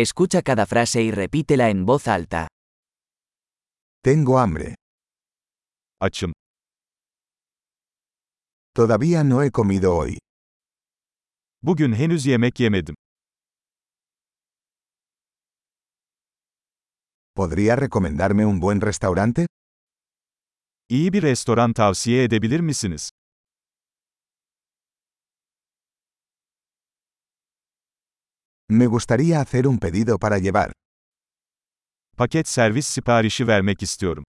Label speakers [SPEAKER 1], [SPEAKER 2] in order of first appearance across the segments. [SPEAKER 1] Escucha cada frase y repítela en voz alta.
[SPEAKER 2] Tengo hambre.
[SPEAKER 3] Açım.
[SPEAKER 2] Todavía no he comido hoy.
[SPEAKER 3] Bugün henüz yemek yemedim.
[SPEAKER 2] ¿Podría recomendarme un buen restaurante?
[SPEAKER 3] İyi bir restoran tavsiye edebilir misiniz?
[SPEAKER 2] Me gustaría hacer un pedido para llevar.
[SPEAKER 3] Paket servis siparişi vermek istiyorum.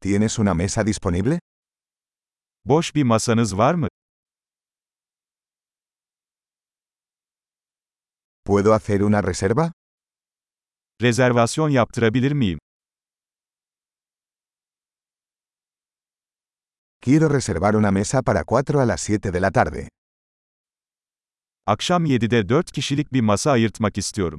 [SPEAKER 2] ¿Tienes una mesa disponible?
[SPEAKER 3] Boş bir masanız var mı?
[SPEAKER 2] ¿Puedo hacer una reserva?
[SPEAKER 3] Rezervasyon yaptırabilir miyim?
[SPEAKER 2] Quiero reservar una mesa para 4 a las 7 de la tarde.
[SPEAKER 3] Akşam 7'de 4 kişilik bir masa ayırtmak istiyorum.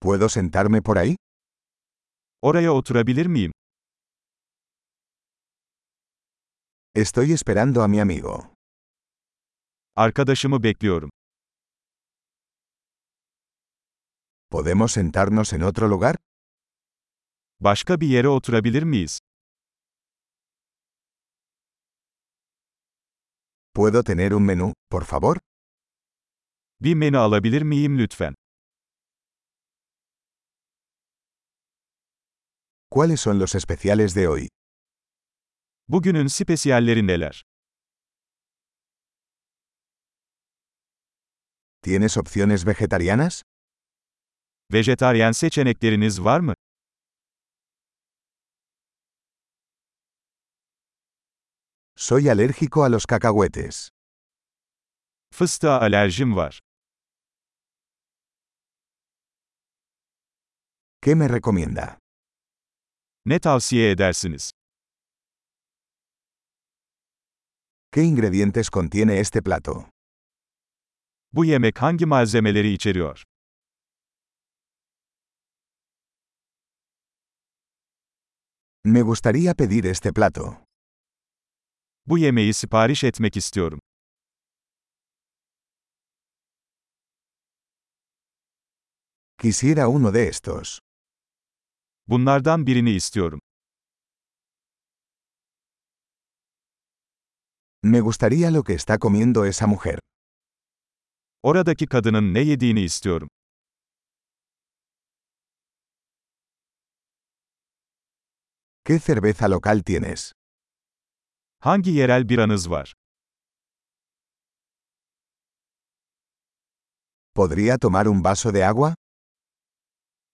[SPEAKER 2] ¿Puedo sentarme por ahí?
[SPEAKER 3] Oraya oturabilir miyim?
[SPEAKER 2] Estoy esperando a mi amigo.
[SPEAKER 3] Arkadaşımı bekliyorum.
[SPEAKER 2] ¿Podemos sentarnos en otro lugar?
[SPEAKER 3] Başka bir yere oturabilir miyiz?
[SPEAKER 2] ¿Puedo tener un menú, por favor?
[SPEAKER 3] Bir menü alabilir miyim lütfen?
[SPEAKER 2] ¿Cuáles son los especiales de hoy?
[SPEAKER 3] Bugünün spesiyalleri neler?
[SPEAKER 2] ¿Tienes opciones vegetarianas?
[SPEAKER 3] Vejetaryen seçenekleriniz var mı?
[SPEAKER 2] Soy alérgico a los cacahuetes.
[SPEAKER 3] Fıstığa alerjim var.
[SPEAKER 2] ¿Qué me recomienda?
[SPEAKER 3] Ne tavsiye edersiniz?
[SPEAKER 2] ¿Qué ingredientes contiene este plato?
[SPEAKER 3] Bu yemek hangi malzemeleri içeriyor?
[SPEAKER 2] Me gustaría pedir este plato.
[SPEAKER 3] Bu yemeği sipariş etmek istiyorum.
[SPEAKER 2] Quisiera uno de estos.
[SPEAKER 3] Bunlardan birini istiyorum.
[SPEAKER 2] Me gustaría lo que está comiendo esa mujer.
[SPEAKER 3] Oradaki kadının ne yediğini istiyorum.
[SPEAKER 2] ¿Qué cerveza local tienes?
[SPEAKER 3] Hangi yerel biranız var?
[SPEAKER 2] ¿Podría tomar un vaso de agua?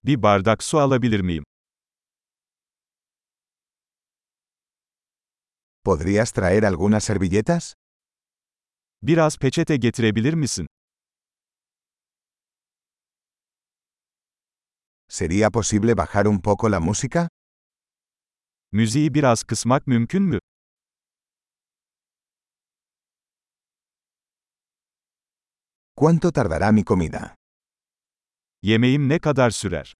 [SPEAKER 3] Bir bardak su alabilir miyim?
[SPEAKER 2] ¿Podrías traer algunas servilletas?
[SPEAKER 3] Biraz peçete getirebilir misin?
[SPEAKER 2] ¿Sería posible bajar un poco la música?
[SPEAKER 3] Müziği biraz kısmak mümkün mü?
[SPEAKER 2] ¿Cuánto tardará mi comida?
[SPEAKER 3] Yemeğim ne kadar sürer?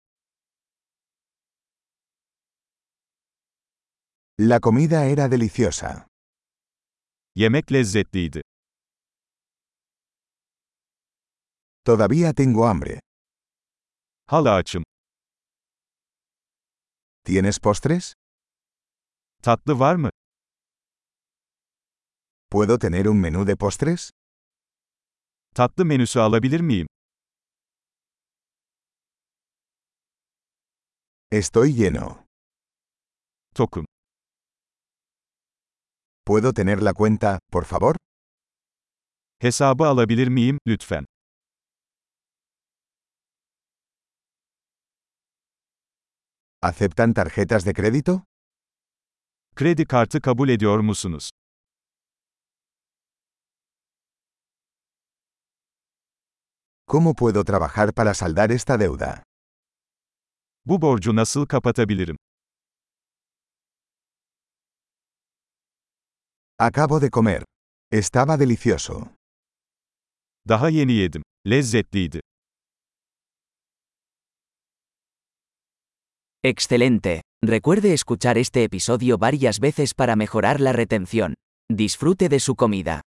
[SPEAKER 2] La comida era deliciosa.
[SPEAKER 3] Yemek lezzetliydi.
[SPEAKER 2] Todavía tengo hambre.
[SPEAKER 3] Hala açım.
[SPEAKER 2] ¿Tienes postres?
[SPEAKER 3] Tatlı var mı?
[SPEAKER 2] ¿Puedo tener un menú de postres?
[SPEAKER 3] Tatlı menüsü alabilir miyim?
[SPEAKER 2] Estoy lleno.
[SPEAKER 3] Tokum.
[SPEAKER 2] ¿Puedo tener la cuenta, por favor?
[SPEAKER 3] Hesabı alabilir miyim, lütfen?
[SPEAKER 2] ¿Aceptan tarjetas de crédito?
[SPEAKER 3] Kredi kartı kabul ediyor musunuz?
[SPEAKER 2] ¿Cómo puedo trabajar para saldar esta deuda?
[SPEAKER 3] Bu borcu nasıl kapatabilirim?
[SPEAKER 2] Acabo de comer. Estaba delicioso.
[SPEAKER 3] Daha yeni yedim. Lezzetliydi.
[SPEAKER 1] Excelente. Recuerde escuchar este episodio varias veces para mejorar la retención. Disfrute de su comida.